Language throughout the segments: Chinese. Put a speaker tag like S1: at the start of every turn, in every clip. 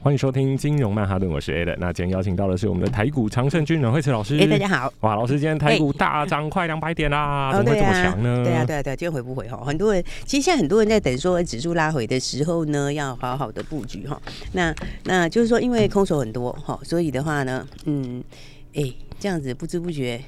S1: 欢迎收听金融曼哈顿，我是 A 的。那今天邀请到的是我们的台股常胜军阮惠慈老师。
S2: 哎、大家好。
S1: 哇，老师，今天台股大涨快两百点啦，啊怎么会这么强呢？
S2: 对啊，对啊，对啊，今天回不回哈？很多人其实现在很多人在等说呃指数拉回的时候呢，要好好的布局哈。那那就是说，因为空手很多哈，所以的话呢，嗯，哎、这样子不知不觉，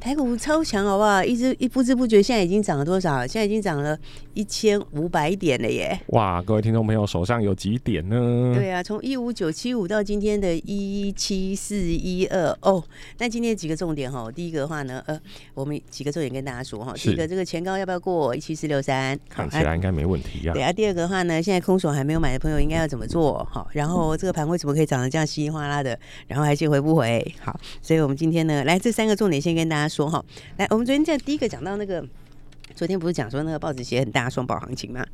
S2: 台股超强好不好？一直一不知不觉，现在已经涨了多少？现在已经涨了一千五百点了耶！
S1: 哇，各位听众朋友，手上有几点呢？
S2: 对啊，从一五九七五到今天的一七四一二哦。那今天几个重点哈，第一个的话呢，呃，我们几个重点跟大家说哈。第一
S1: 是
S2: 个，这个前高要不要过一七四六三？
S1: 看起来应该没问题呀、
S2: 对啊，第二个的话呢，现在空手还没有买的朋友应该要怎么做？好，然后这个盘为什么可以涨得这样稀里哗啦的？然后还是回不回？好，所以我们今天呢，来这三个重点先跟大家说哈。来，我们昨天在第一个讲到那个，昨天不是讲说那个报纸写很大双宝行情嘛，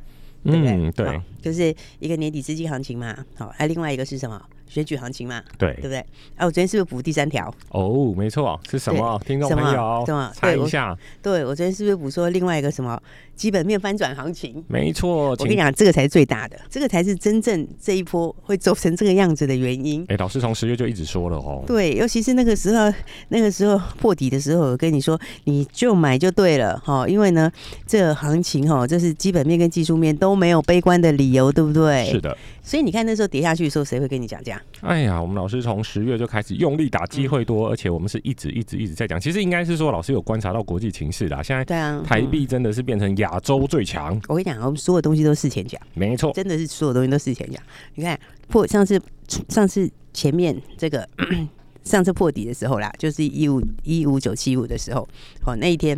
S2: 对不对？
S1: 嗯，对
S2: 好就是一个年底资金行情嘛。好，那、另外一个是什么？选举行情嘛，对不
S1: 对
S2: 对？啊，我昨天是不是补第三条？
S1: 哦，没错，是什么？听众朋
S2: 什
S1: 友
S2: 么什么
S1: 猜
S2: 对
S1: 一
S2: 我
S1: 下，
S2: 对我昨天是不是补说另外一个什么基本面翻转行情？
S1: 没错，
S2: 我跟你
S1: 请
S2: 讲，这个才是最大的，这个才是真正这一波会走成这个样子的原因。
S1: 哎，老师从十月就一直说了哦，
S2: 对，尤其是那个时候，那个时候破底的时候，我跟你说，你就买就对了哈，因为呢，这个行情哈，这是基本面跟技术面都没有悲观的理由，对不对？
S1: 是。的，
S2: 所以你看那时候跌下去的时候，谁会跟你讲价？
S1: 哎呀，我们老师从十月就开始用力打机会
S2: 嗯
S1: 多，而且我们是一直一直一直在讲。其实应该是说，老师有观察到国际情势啦，现在
S2: 对啊，
S1: 台
S2: 嗯
S1: 币真的是变成亚洲最强，
S2: 我跟你讲，我们所有东西都事前讲，
S1: 没错，
S2: 真的是所有东西都事前讲。你看破上次上次前面这个 上次破底的时候啦，就是一五一五九七五的时候，哦那一天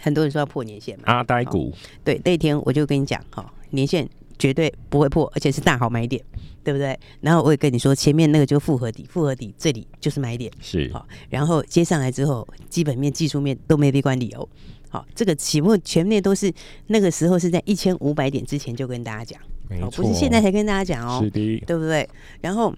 S2: 很多人说要破年线嘛，
S1: 阿呆股
S2: 对，那一天我就跟你讲，哈、年限绝对不会破，而且是大好买点，对不对？然后我也跟你说，前面那个就复合底，复合底这里就是买点，
S1: 是
S2: 好、然后接上来之后，基本面、技术面都没悲观理由。好、这个起幕全面都是那个时候是在一千五百点之前就跟大家讲，
S1: 没
S2: 哦，
S1: 错，
S2: 不是现在才跟大家讲哦，
S1: 是的，
S2: 对不对？然后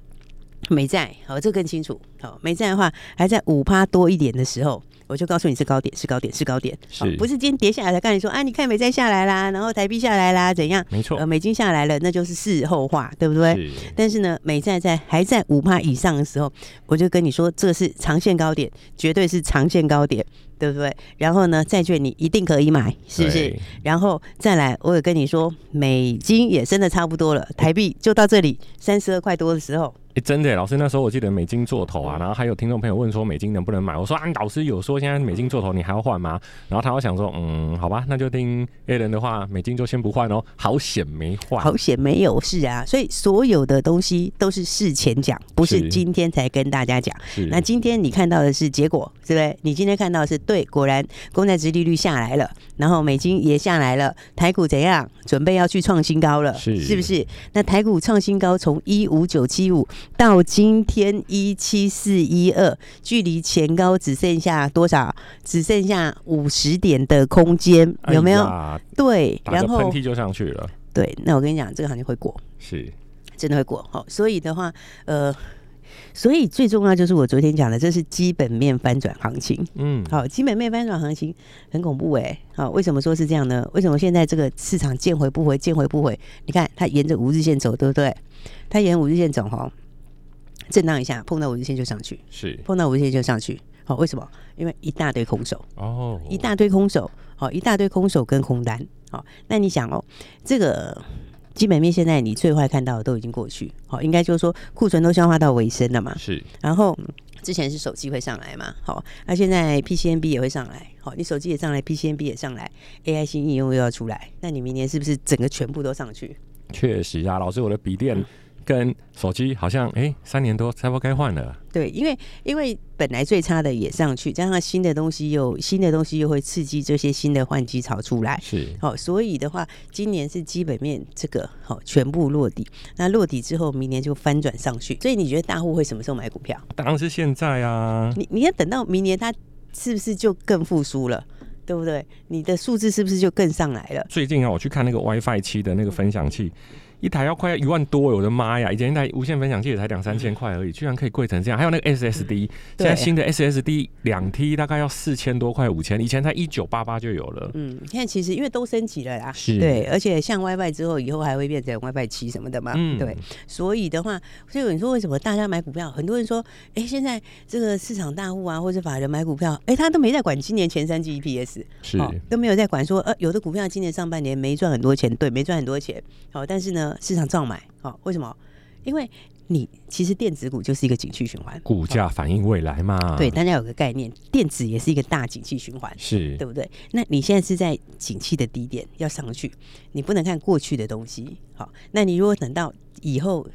S2: 美债，好、这更清楚。好、美债的话还在五趴多一点的时候，我就告诉你是高点，是高点，是高点，
S1: 是
S2: 不是今天跌下来才跟你说啊？你看美债下来啦，然后台币下来啦，怎样？
S1: 没错
S2: 呃，，哎美金下来了，那就是事后话，对不对？
S1: 是
S2: 但是呢，美债在还在五趴以上的时候，我就跟你说，这是长线高点，绝对是长线高点，对不对？然后呢，债券你一定可以买，是不是？
S1: 对
S2: 然后再来，我有跟你说，美金也升的差不多了，台币就到这里三十二块多的时候，
S1: 哎、真的耶，老师那时候我记得美金做头啊，然后还有听众朋友问说美金能不能买，我说啊，老师有说现在美金做头你还要换吗？然后他又想说，嗯，好吧，那就听 A 人的话，美金就先不换哦，好险没换，
S2: 好险没有事啊！所以所有的东西都是事前讲，不
S1: 是
S2: 是今天才跟大家讲。
S1: 是
S2: 那今天你看到的是结果，对不对？你今天看到的是对，果然公债值利率下来了，然后美金也下来了，台股怎样？准备要去创新高了，
S1: 是
S2: 不是？那台股创新高从一五九七五到今天一七四一二，距离前高只剩下多少？只剩下五十点的空间，
S1: 哎
S2: 有没有？
S1: 呀
S2: 对，
S1: 打
S2: 然
S1: 个喷
S2: 后
S1: 嚏就上去了，
S2: 对，那我跟你讲，这个行情会过。
S1: 是
S2: 真的会过。好、所以的话，呃，所以最重要就是我昨天讲的，这是基本面翻转行情。
S1: 嗯，
S2: 好、基本面翻转行情很恐怖哎、好、为什么说是这样呢？为什么现在这个市场见回不回，见回不回？你看它沿着五日线走，对不对？它沿五日线走，哈，震荡一下，碰到五日线就上去，
S1: 是
S2: 碰到五日线就上去。好、为什么？因为一大堆空手。
S1: 哦，
S2: 一大堆空手，好，一大堆空手跟空单，好，那你想哦，这个基本面现在你最坏看到的都已经过去，好，应该就是说库存都消化到尾声了嘛，
S1: 是
S2: 然后嗯之前是手机会上来嘛，好，那现在 PCNB 也会上来，好，你手机也上来，PCNB 也上来，AI 新应用又要出来，那你明年是不是整个全部都上去？
S1: 确实啊，老师我的笔电。跟手机好像哎、三年多差不多该换了，
S2: 对，因为因为本来最差的也上去，加上新的东西又新的东西又会刺激这些新的换机潮出来。
S1: 是
S2: 好、所以的话，今年是基本面这个好、全部落底，那落底之后，明年就翻转上去。所以你觉得大户会什么时候买股票？
S1: 当然是现在啊，
S2: 你你要等到明年它是不是就更复苏了，对不对？你的数字是不是就更上来了？
S1: 最近啊，我去看那个 WiFi 七的那个分享器，一台要快要一万多，我的妈呀！以前一台无线分享器也才两三千块而已，居然可以贵成这样。还有那个 SSD，现在新的 SSD 两 T 大概要四千多块，五千，以前才一九八八就有了。
S2: 嗯，现在其实因为都升级了啦，
S1: 是
S2: 对，而且像 WiFi 之后，以后还会变成 WiFi 七什么的嘛，
S1: 嗯
S2: 对，所以的话，所以你说为什么大家买股票，很多人说，哎、现在这个市场大户啊，或者法人买股票，哎、他都没在管今年前三季 E EPS，
S1: 是
S2: 哦，都没有在管说，呃，有的股票今年上半年没赚很多钱，对，没赚很多钱，好、但是呢，市场照买，好、为什么？因为你其实电子股就是一个景气循环，
S1: 股价反映未来嘛？
S2: 对，，大家有个概念，电子也是一个大景气循环，
S1: 啊是
S2: 对不对？那你现在是在景气的低点要上去，你不能看过去的东西。好，那你如果等到以后，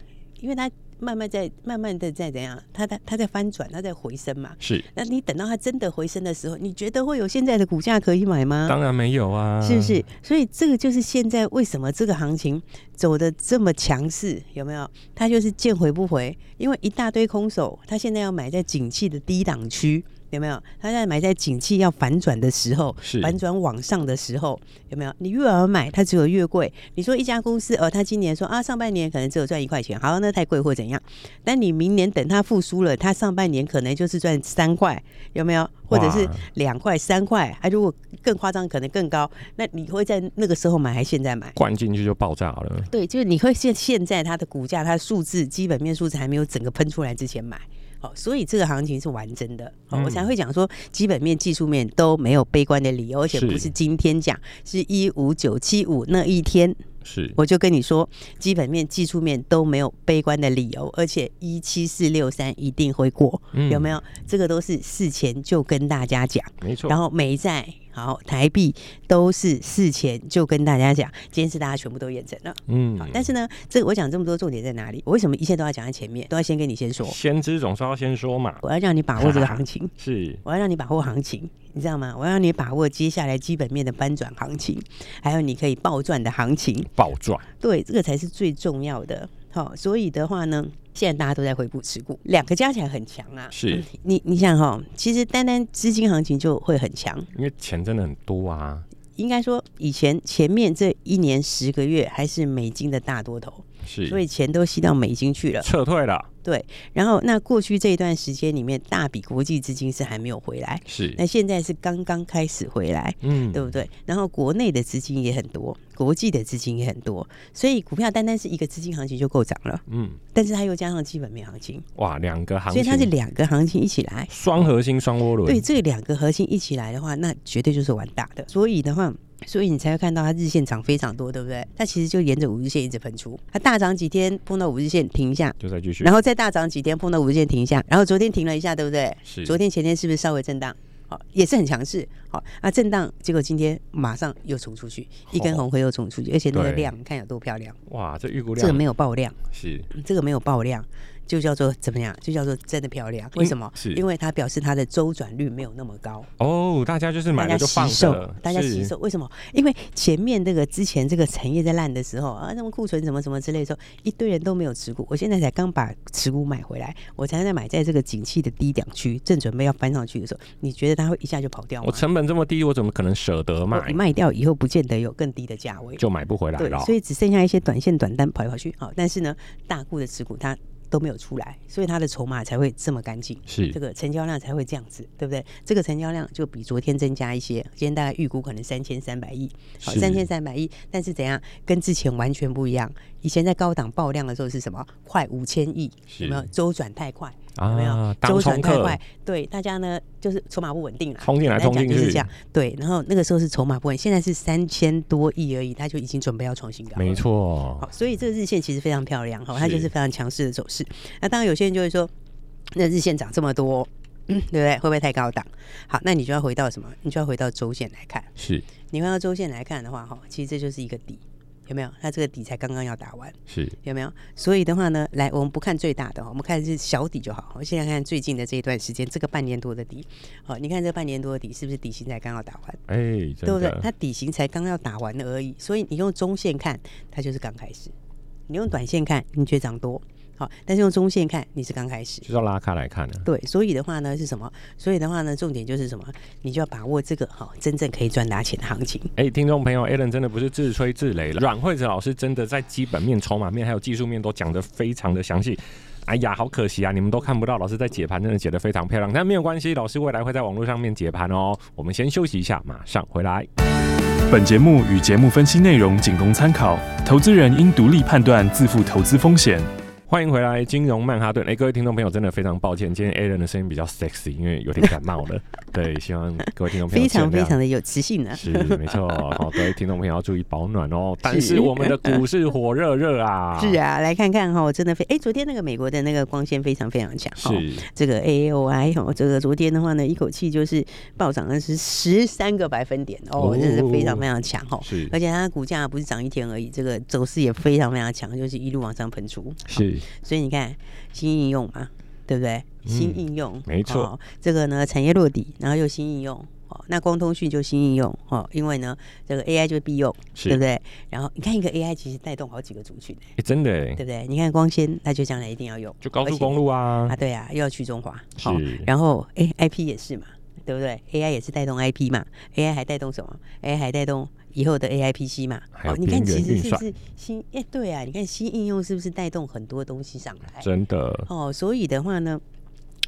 S2: 因为它慢慢在慢慢的在怎样，它在它在翻转，它在回升嘛。
S1: 是，
S2: 那你等到它真的回升的时候，你觉得会有现在的股价可以买吗？
S1: 当然没有啊，
S2: 嗯是不是？所以这个就是现在为什么这个行情走的这么强势，有没有？它就是见回不回，因为一大堆空手，它现在要买在景气的低档区，有没有？它现在买在景气要反转的时候，
S1: 是
S2: 反转往上的时候，有没有？你越晚买，它只有越贵。你说一家公司，呃，它今年说啊，上半年可能只有赚一块钱，好，那太贵或怎样？但你明年等它复苏了，它上半年可能就是赚三块，有没有？或者是
S1: 哇
S2: 两块、三块，啊，如果更夸张，可能更高。那你会在那个时候买，还是现在买？
S1: 灌进去就爆炸了。
S2: 对，就是你会现现在它的股价、它的数字、基本面数字还没有整个喷出来之前买。哦，所以这个行情是完整的，哦
S1: 嗯
S2: 我才会讲说基本面、技术面都没有悲观的理由，而且
S1: 是
S2: 不是今天讲，是一五九七五那一天
S1: 是
S2: 我就跟你说，基本面、技术面都没有悲观的理由，而且一七四六三一定会过，
S1: 嗯
S2: 有没有？这个都是事前就跟大家讲。
S1: 没错
S2: 然，后美债好台币都是事前就跟大家讲，今天是大家全部都验证了。
S1: 嗯
S2: 好，啊但是呢，这个我讲这么多重点在哪里？我为什么一切都要讲在前面，都要先跟你先说？
S1: 嗯先知总是要先说嘛，
S2: 我要让你把握这个行情，
S1: 是
S2: 我要让你把握行情，你知道吗？我要让你把握接下来基本面的翻转行情，还有你可以暴赚的行情。
S1: 爆赚，
S2: 对，这个才是最重要的。好、所以的话呢，现在大家都在回补持股，两个加起来很强啊。
S1: 是
S2: 你你想哈、其实单单资金行情就会很强，
S1: 因为钱真的很多啊，
S2: 应该说，以前前面这一年十个月还是美金的大多头，
S1: 是，
S2: 所以呃钱都吸到美金去了。
S1: 撤退了，
S2: 然后，那过去这一段时间里面，大笔国际资金是还没有回来，
S1: 是
S2: 那现在是刚刚开始回来，
S1: 嗯
S2: 对不对？然后国内的资金也很多，国际的资金也很多，所以股票单单是一个资金行情就够涨了，
S1: 嗯，
S2: 但是它又加上基本面行情，
S1: 哇，两个行
S2: 所
S1: 情，
S2: 以它是两个行情一起来。
S1: 双核心双涡轮，
S2: 对，这两个核心一起来的话，那绝对就是玩大的。所以的话，所以你才会看到它日线涨非常多，对不对？它其实就沿着五日线一直喷出，它大涨几天碰到五日线停一下，
S1: 就再继续
S2: 然，后再大涨几天碰到五日线停一下，然后昨天停了一下，对不对？
S1: 是
S2: 昨天前天是不是稍微震荡？好，也是很强势。好啊，震荡，结果今天马上又冲出去，一根
S1: 哦
S2: 红 K 又冲出去，而且那个
S1: 对
S2: 量，你看有多漂亮，
S1: 哇，这预估
S2: 这个
S1: 量
S2: 没有爆量。
S1: 是
S2: 这个没有爆量，就叫做怎么样？就叫做真的漂亮。为什么？
S1: 是
S2: 因为它表示它的周转率没有那么高，
S1: 哦，大家就是买
S2: 大
S1: 了
S2: 家
S1: 就
S2: 吸
S1: 放
S2: 售
S1: 着，，
S2: 大家吸
S1: 是
S2: 售。为什么？因为前面这个之前这个产业在烂的时候啊，那么库存什么什么之类的时候，一堆人都没有持股。我现在才刚把持股买回来，我才在买在这个景气的低档区，正准备要翻上去的时候，你觉得它会一下就跑掉
S1: 我
S2: 吗？
S1: 成本这么低，我怎么可能舍得
S2: 我
S1: 买
S2: 你？卖掉以后，不见得有更低的价位。
S1: 就买不回来
S2: 对
S1: 了，，
S2: 所以只剩下一些短线短单跑来跑去。好，但是呢，大户的持股它都没有出来，所以它的筹码才会这么干净，这
S1: 是
S2: 个成交量才会这样子，对不对？这个成交量就比昨天增加一些，今天大概预估可能三千三百亿，好，
S1: 是
S2: 三千三百亿，但是怎样跟之前完全不一样？以前在高档爆量的时候是什么？快五千亿，
S1: 是
S2: 有没有周转太快？有没有
S1: 啊，当
S2: 周
S1: 冲
S2: 转太
S1: 客
S2: 快？对，大家呢就是筹码不稳定了，
S1: 冲进来
S2: 简单讲
S1: 冲进
S2: 就是
S1: 去
S2: 这样。对，然后那个时候是筹码不稳，现在是三千多亿而已，它就已经准备要创新高。
S1: 没。错
S2: 好，，所以这个日线其实非常漂亮，好，它
S1: 是
S2: 就是非常强势的走势。那当然有些人就会说，那日线涨这么多，嗯，对不对？会不会太高档？好，那你就要回到什么？你就要回到周线来看。
S1: 是
S2: 你回到周线来看的话，哈，其实这就是一个底。有没有？它这个底才刚刚要打完，
S1: 是
S2: 有没有？所以的话呢，来，我们不看最大的哦，我们看是小底就好。我现在看最近的这一段时间，这个半年多的底，好、你看这半年多的底是不是底型才刚要打完？
S1: 哎、真
S2: 对不对？
S1: 的
S2: 它底型才刚要打完而已，所以你用中线看，它就是刚开始；你用短线看，你觉得涨多，好，但是用中线看，你是刚开始。
S1: 就是要拉开来看的、啊
S2: 对，所以的话呢是什么？所以的话呢，重点就是什么？你就要把握这个好、真正可以赚大钱的行情。
S1: 哎、听众朋友 a l a n 真的不是自吹自擂了，阮惠子老师真的在基本面、筹码面还有技术面都讲得非常的详细。哎呀，好可惜啊，你们都看不到，老师在解盘真的解得非常漂亮，但没有关系，老师未来会在网络上面解盘哦。我们先休息一下，马上回来。
S3: 本节目与节目分析内容仅供参考，投资人应独立判断，自负投资风险。
S1: 欢迎回来，金融曼哈顿。哎、各位听众朋友，真的非常抱歉，今天 Alan 的声音比较 sexy，因为有点感冒 了。对，希望各位听众朋友
S2: 非常
S1: 见
S2: 非
S1: 谅
S2: 常的有磁性呢、啊
S1: 是没错，好，各位听众朋友要注意保暖哦。但
S2: 是
S1: 是我们的股市火热热啊，
S2: 是，啊，来看看哈、我真的非哎，昨天那个美国的那个光纤非常非常强，哦
S1: 是
S2: 这个 A O I 哦，这个昨天的话呢，一口气就是暴涨了是十三个百分点哦
S1: 哦，
S2: 真的是非常非常强哦。
S1: 是
S2: 而且它的股价不是涨一天而已，这个走势也非常非常强，就是一路往上喷出。
S1: 是，
S2: 所以你看新应用嘛，对不对？新应用，
S1: 嗯没错
S2: 哦这个呢产业落地，然后又新应用。哦，那光通讯就新应用哦，因为呢，这个 AI 就必用，
S1: 是
S2: 对不对？然后你看一个 AI 其实带动好几个族群，
S1: 哎、真的哎
S2: 对，不对？你看光纤，那就将来一定要用，
S1: 就高速公路啊
S2: 啊，，对啊，又要去中华，
S1: 是
S2: 哦然后哎，IP 也是嘛，对不对？AI 也是带动 IP 嘛，AI 还带动什么？AI 还带动以后的 AIPC 嘛。哦
S1: 还有
S2: 你看
S1: 边
S2: 其
S1: 缘
S2: 实
S1: 运
S2: 是不
S1: 算
S2: 是新？哎，对啊，你看新应用是不是带动很多东西上来？
S1: 真的
S2: 哦，所以的话呢。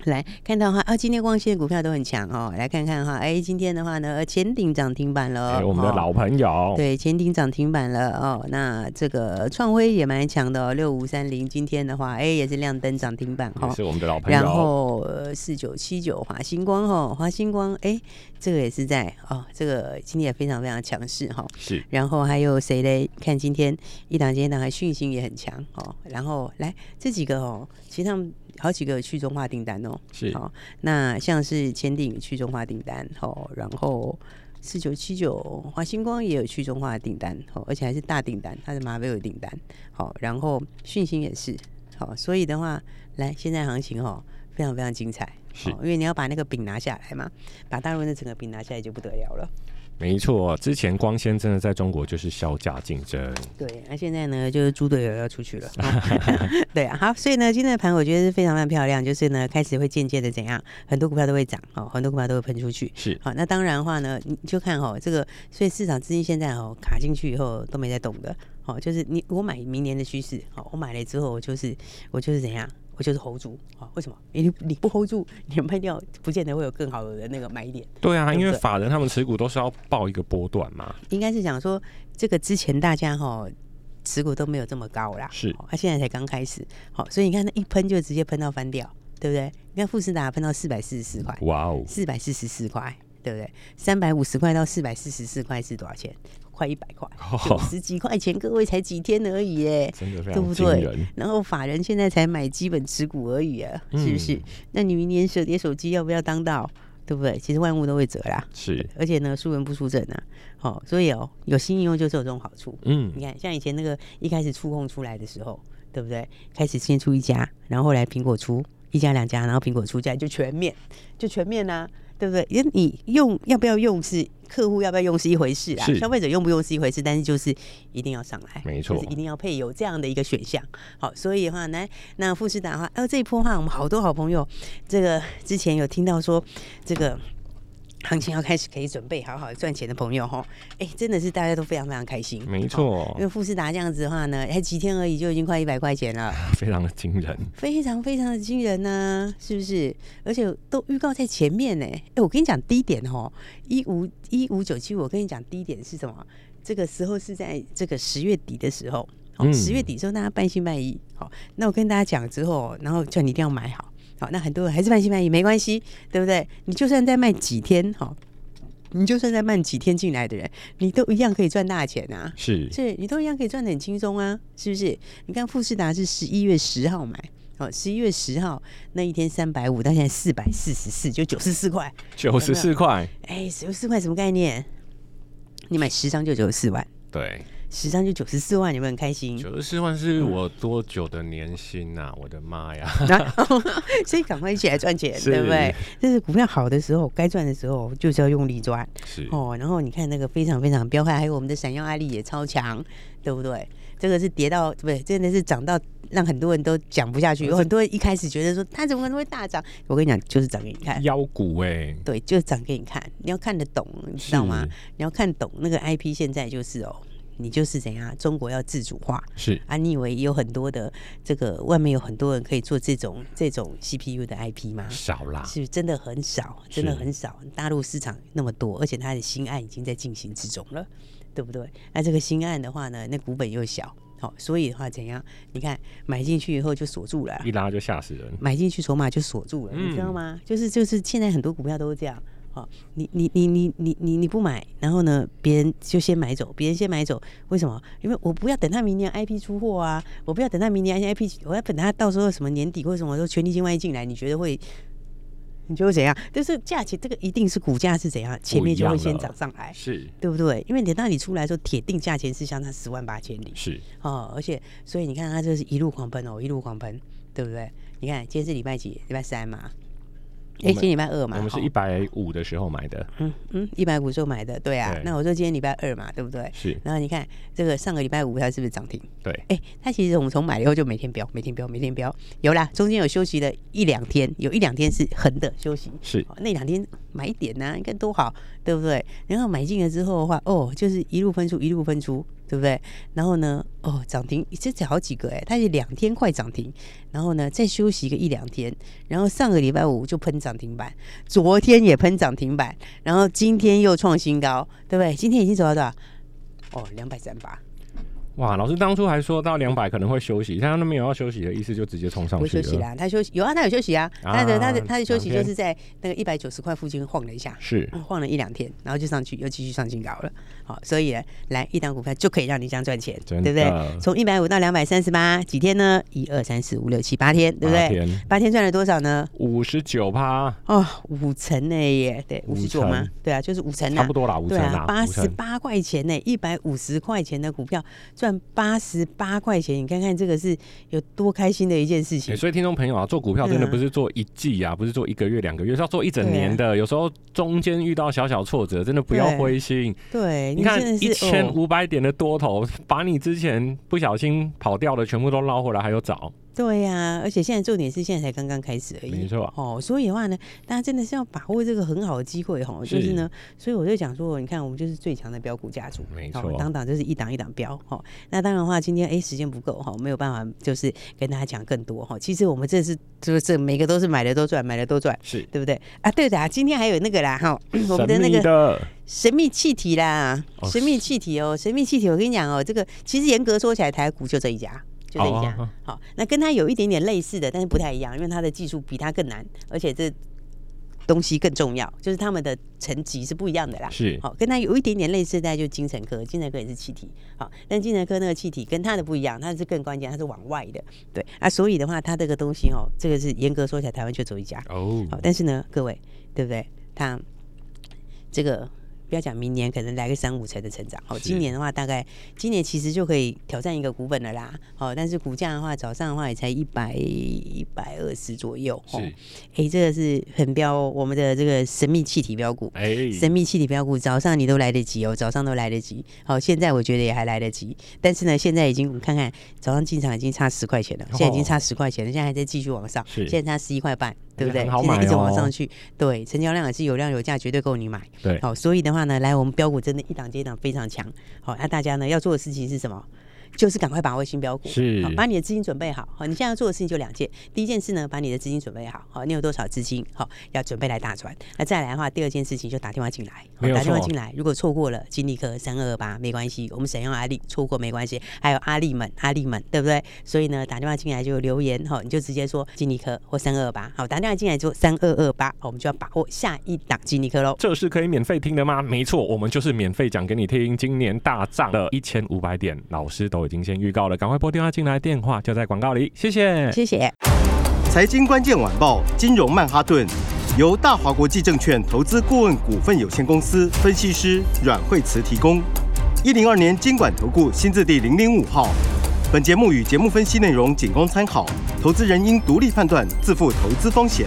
S2: 来看到的话啊，今天光线股票都很强哦。来看看哈，哎，今天的话呢，前顶涨停板了、
S1: 哎、我们的
S2: 哦
S1: 老朋友，
S2: 对，前顶涨停板了哦。那这个创威也蛮强的哦，六五三零今天的话，哎、也是亮灯涨停板哦哈、
S1: 也是我们的老朋友，
S2: 然后呃四九七九华星光哈、哦，华星光哎、这个也是在哦，这个今天也非常非常强势哈、
S1: 是
S2: 然后还有谁嘞？看今天一档接一档，还讯星也很强哦。然后来这几个哦，其实他们好几个有去中化订单哦。
S1: 是
S2: 好、那像是前顶去中化订单哦，然后四九七九华星光也有去中化订单哦，而且还是大订单，它是马威尔订单。好、然后讯星也是好、所以的话，来现在行情哦。非常非常精彩，
S1: 是
S2: 哦因为你要把那个饼拿下来嘛，把大陆的整个饼拿下来就不得了了。
S1: 没错，之前光纤真的在中国就是销价竞争，
S2: 对，那、现在呢，就是猪队友要出去了。 对啊，好，所以呢，今天的盘我觉得是非常非常漂亮，就是呢，开始会间接的怎样，很多股票都会涨哦，很多股票都会喷出去。
S1: 是
S2: 好，那当然的话呢，你就看哦，这个，所以市场资金现在哦卡进去以后都没在动的，哦，就是你我买明年的趋势，哦，我买了之后我就是我就是怎样。我就是 hold 住哦，为什么？因为你你不 hold 住，你卖掉，不见得会有更好的那个买点。
S1: 对啊，
S2: 对不
S1: 因为
S2: 对
S1: 法人他们持股都是要报一个波段嘛，
S2: 应该是讲说，这个之前大家哈持股都没有这么高啦，
S1: 是
S2: 哦，它、现在才刚开始，好、所以你看那一喷就直接喷到翻掉，对不对？你看富士达喷到四百四十四块，
S1: 哇哦，
S2: 四百四十四块，对不对？三百五十块到四百四十四块是多少钱？快一百块，
S1: 哦
S2: 九十几块钱，各位才几天而已耶。
S1: 真的非
S2: 对
S1: 常
S2: 不
S1: 惊
S2: 对
S1: 人，
S2: 然后法人现在才买基本持股而已啊，是不是？
S1: 嗯
S2: 那你明年折叠手机要不要当道？对不对？其实万物都会折啦，
S1: 是，
S2: 而且呢，输人不输阵啊，好、所以哦，有新应用就是有这种好处。
S1: 嗯
S2: 你，看，像以前那个一开始触控出来的时候，对不对？开始先出一家，然后后来苹果出一家两家，然后苹果出家就全面，就全面啦、对不对？因为你用要不要用是客户要不要用是一回事啊，
S1: 是
S2: 消费者用不用是一回事，但是就是一定要上来，
S1: 没错
S2: 就是一定要配有这样的一个选项。好，所以的话，来那富士达的话，呃，这一波的话，我们好多好朋友，这个之前有听到说这个。行情要开始，可以准备好好赚钱的朋友哈，哎、真的是大家都非常非常开心，
S1: 没
S2: 哦
S1: 错
S2: 因，为富士达这样子的话呢，才几天而已就已经快一百块钱了，
S1: 非常的惊人，
S2: 非常非常的惊人呐、是不是？而且都预告在前面呢。哎，我跟你讲低点哦，一五一五九七五，我跟你讲低点是什么？这个时候是在这个十月底的时候，哦，
S1: 嗯
S2: 十月底的时候大家半信半疑，好、那我跟大家讲之后，然后叫你一定要买好，好，那很多人还是半信半疑，没关系，对不对？你就算再卖几天，好、你就算再卖几天进来的人，你都一样可以赚大钱啊！
S1: 是
S2: 是你都一样可以赚的很轻松啊，是不是？你看富士达是十一月十号买，哦，十一月十号那一天三百五，到现在四百四十四，就九十四块，
S1: 九十四块，
S2: 哎，九十四块什么概念？你买十张就九十四万，
S1: 对，
S2: 十张就九十四万，你们很开 心，
S1: 九十四万是
S2: 嗯
S1: 我多久的年薪啊？我的妈呀！
S2: 然后所以赶快一起来 赚钱，
S1: 是
S2: 对不对？这是股票好的时候，该赚的时候就是要用力赚
S1: 是
S2: 哦。然后你看那个非常非常彪悍，还有我们的闪耀案例也超强，对不对？这个是跌到不对，真的是涨到让很多人都讲不下去。有很多人一开始觉得说它怎么可能会大涨？我跟你讲，就是涨给你看。
S1: 腰股哎，
S2: 对，就是涨给你看，你要看得懂，你知道吗？你要看懂那个 IP，现在就是哦，你就是怎样，中国要自主化，
S1: 是
S2: 啊，你以为有很多的这个外面有很多人可以做这种这种 CPU 的 IP 吗？
S1: 少啦，
S2: 是不是真的很少，真的
S1: 是
S2: 很少。大陆市场那么多，而且它的新案已经在进行之中了，对不对？那这个新案的话呢，那股本又小，好、所以的话怎样？你看买进去以后就锁住了，啊
S1: 一拉就吓死人。
S2: 买进去筹码就锁住了，你知道
S1: 嗯
S2: 吗？就是就是现在很多股票都是这样。好，你你你你你你你不买，然后呢，别人就先买走，别人先买走，为什么？因为我不要等他明年 IP 出货啊，我不要等他明年 IP，我要等他到时候什么年底或什么时候权力金万一进来，你觉得会，你觉得会怎样？就是价钱，这个一定是股价是怎样，前面就会先涨上来，
S1: 是
S2: 对不对？因为等到你出来的时候，铁定价钱是相差十万八千里。
S1: 是，
S2: 哦，而且所以你看它这是一路狂喷哦，一路狂喷，对不对？你看今天是礼拜几？礼拜三嘛。
S1: 我
S2: 哎，
S1: 们
S2: 今天礼拜二
S1: 我
S2: 嘛，
S1: 们是
S2: 哦
S1: 一百五的时候买的，
S2: 嗯嗯一百股时候买的，对啊。
S1: 对
S2: 那我说今天礼拜二嘛，对不对？
S1: 是
S2: 然后你看这个上个礼拜五它是不是涨停？
S1: 对，
S2: 哎，它其实我们从买了以后就每天飙，每天飙，每天飙。有啦，中间有休息了一两天，有一两天是横的休息。
S1: 是
S2: 哦那两天买一点啊呐、你看多好，对不对？然后买进了之后的话，哦，就是一路分出，一路分出，对不对？然后呢，哦，涨停，这这好几个哎、它是两天快涨停，然后呢再休息个一两天，然后上个礼拜五就喷涨停板，昨天也喷涨停板，然后今天又创新高，对不对？今天已经走到多少？哦，两百三八，
S1: 哇！老师当初还说到两百可能会休息，但他们没有要休息的意思，就直接冲上
S2: 不
S1: 去
S2: 休
S1: 了。
S2: 息啦，他休息有啊，他有休息啊，他的他的
S1: 啊
S2: 他的休息就
S1: 两
S2: 是在那个一百九十块附近晃了一下，
S1: 是
S2: 嗯晃了一两天，然后就上去，又继续上新高了。好，所以呢，来一档股票就可以让你这样赚钱，对
S1: 真
S2: 不
S1: 的
S2: 对？从一百五到两百三十八，几天呢？一二三四五六七八天，对不
S1: 八
S2: 对？
S1: 天
S2: 八天赚了多少呢？
S1: 五十九趴，
S2: 哦，五成呢耶，对，五
S1: 五
S2: 十
S1: 成
S2: 九吗？对啊，就是五成
S1: 差
S2: 啊
S1: 不。多啦，五
S2: 对
S1: 成
S2: 啊
S1: 啦，，
S2: 八
S1: 五成
S2: 十八块钱呢，一百五十块钱的股票赚八十八块钱，你看看这个是有多开心的一件事情
S1: 欸。所以听众朋友啊，做股票真的
S2: 嗯啊
S1: 不是做一季啊，不是做一个月、两个月，是要做一整年的。有时候中间遇到小小挫折，真的不要
S2: 对
S1: 灰心。
S2: 对，
S1: 你看
S2: 真的
S1: 一
S2: 是
S1: 千
S2: 哦，
S1: 五百点的多头，把你之前不小心跑掉的全部都捞回来，还有找。
S2: 对呀、而且现在重点是现在才刚刚开始而已，
S1: 没错
S2: 哦，所以的话呢，大家真的是要把握这个很好的机会哈、哦，就是
S1: 是
S2: 呢，所以我就讲说，你看我们就是最强的标股家族，
S1: 没
S2: 好
S1: 错
S2: 档档就是一档一档标哈、哦。那当然的话，今天哎时间不够哈、没有办法就是跟大家讲更多哈、其实我们这是就是这每个都是买了都赚，买了都赚，
S1: 是
S2: 对不对啊？对的啊，今天还有那个啦哈、我们的
S1: 神
S2: 那
S1: 秘
S2: 个
S1: 的
S2: 神秘气体啦，
S1: 哦
S2: 神秘气体哦，神秘气体，我跟你讲哦，这个其实严格说起来，台股就这一家。就这一家
S1: 哦哦哦，
S2: 好，那跟它有一点点类似的，但是不太一样，因为它的技术比它更难，而且这东西更重要，就是他们的层级是不一样的啦。
S1: 是
S2: 好，跟它有一点点类似，大概就是精神科，精神科也是气体，好，但精神科那个气体跟它的不一样，它是更关键，它是往外的，对啊，所以的话，它这个东西哦，这个是严格说起来，台湾就只有一家，
S1: 哦
S2: 好，但是呢，各位对不对？它这个不要讲明年可能来个三五成的成长，好，
S1: 是
S2: 今年的话大概今年其实就可以挑战一个股本了啦，好，但是股价的话早上的话也才一百一百二十左右，哦
S1: 是
S2: 哎，这个是很标哦我们的这个神秘气体标股。
S1: 哎，
S2: 神秘气体标股，早上你都来得及哦，早上都来得及。好，现在我觉得也还来得及，但是呢，现在已经你看看，早上进场已经差十块钱了，现在已经差十块钱了，现在还在继续往上，
S1: 哦是哎
S2: 现在差十一块半，对不对？
S1: 很好
S2: 现在一直
S1: 买哦
S2: 往上去，对，成交量也是有量有价，绝对够你买。
S1: 对
S2: 好，所以的话呢，来我们标股真的一档接一档非常强。好，那大家呢要做的事情是什么？就是赶快把握新标股，
S1: 是
S2: 好把你的资金准备好。好，你现在要做的事情就两件，第一件事呢，把你的资金准备好，好，你有多少资金，好，要准备来大赚。那再来的话，第二件事情就打电话进来，好
S1: 没有
S2: 打电话
S1: 错
S2: 进来。如果错过了金立科三二二八没关系，我们沈用阿力错过没关系，还有阿力们，阿力们，对不对？所以呢，打电话进来就留言哈，你就直接说金立科或三二二八，好，打电话进来就三二二八，好我们就要把握下一档金立科喽。
S1: 这是可以免费听的吗？没错，我们就是免费讲给你听。今年大涨的一千五百点，老师都已经先预告了，赶快拨电话进来，电话就在广告里，谢谢。
S2: 谢谢。
S4: 财经关键晚报金融曼哈顿由大华国际证券投资顾问股份有限公司分析师阮惠慈提供。一零二年经管投顾新字第零零五号。本节目与节目分析内容仅供参考，投资人应独立判断，自负投资风险。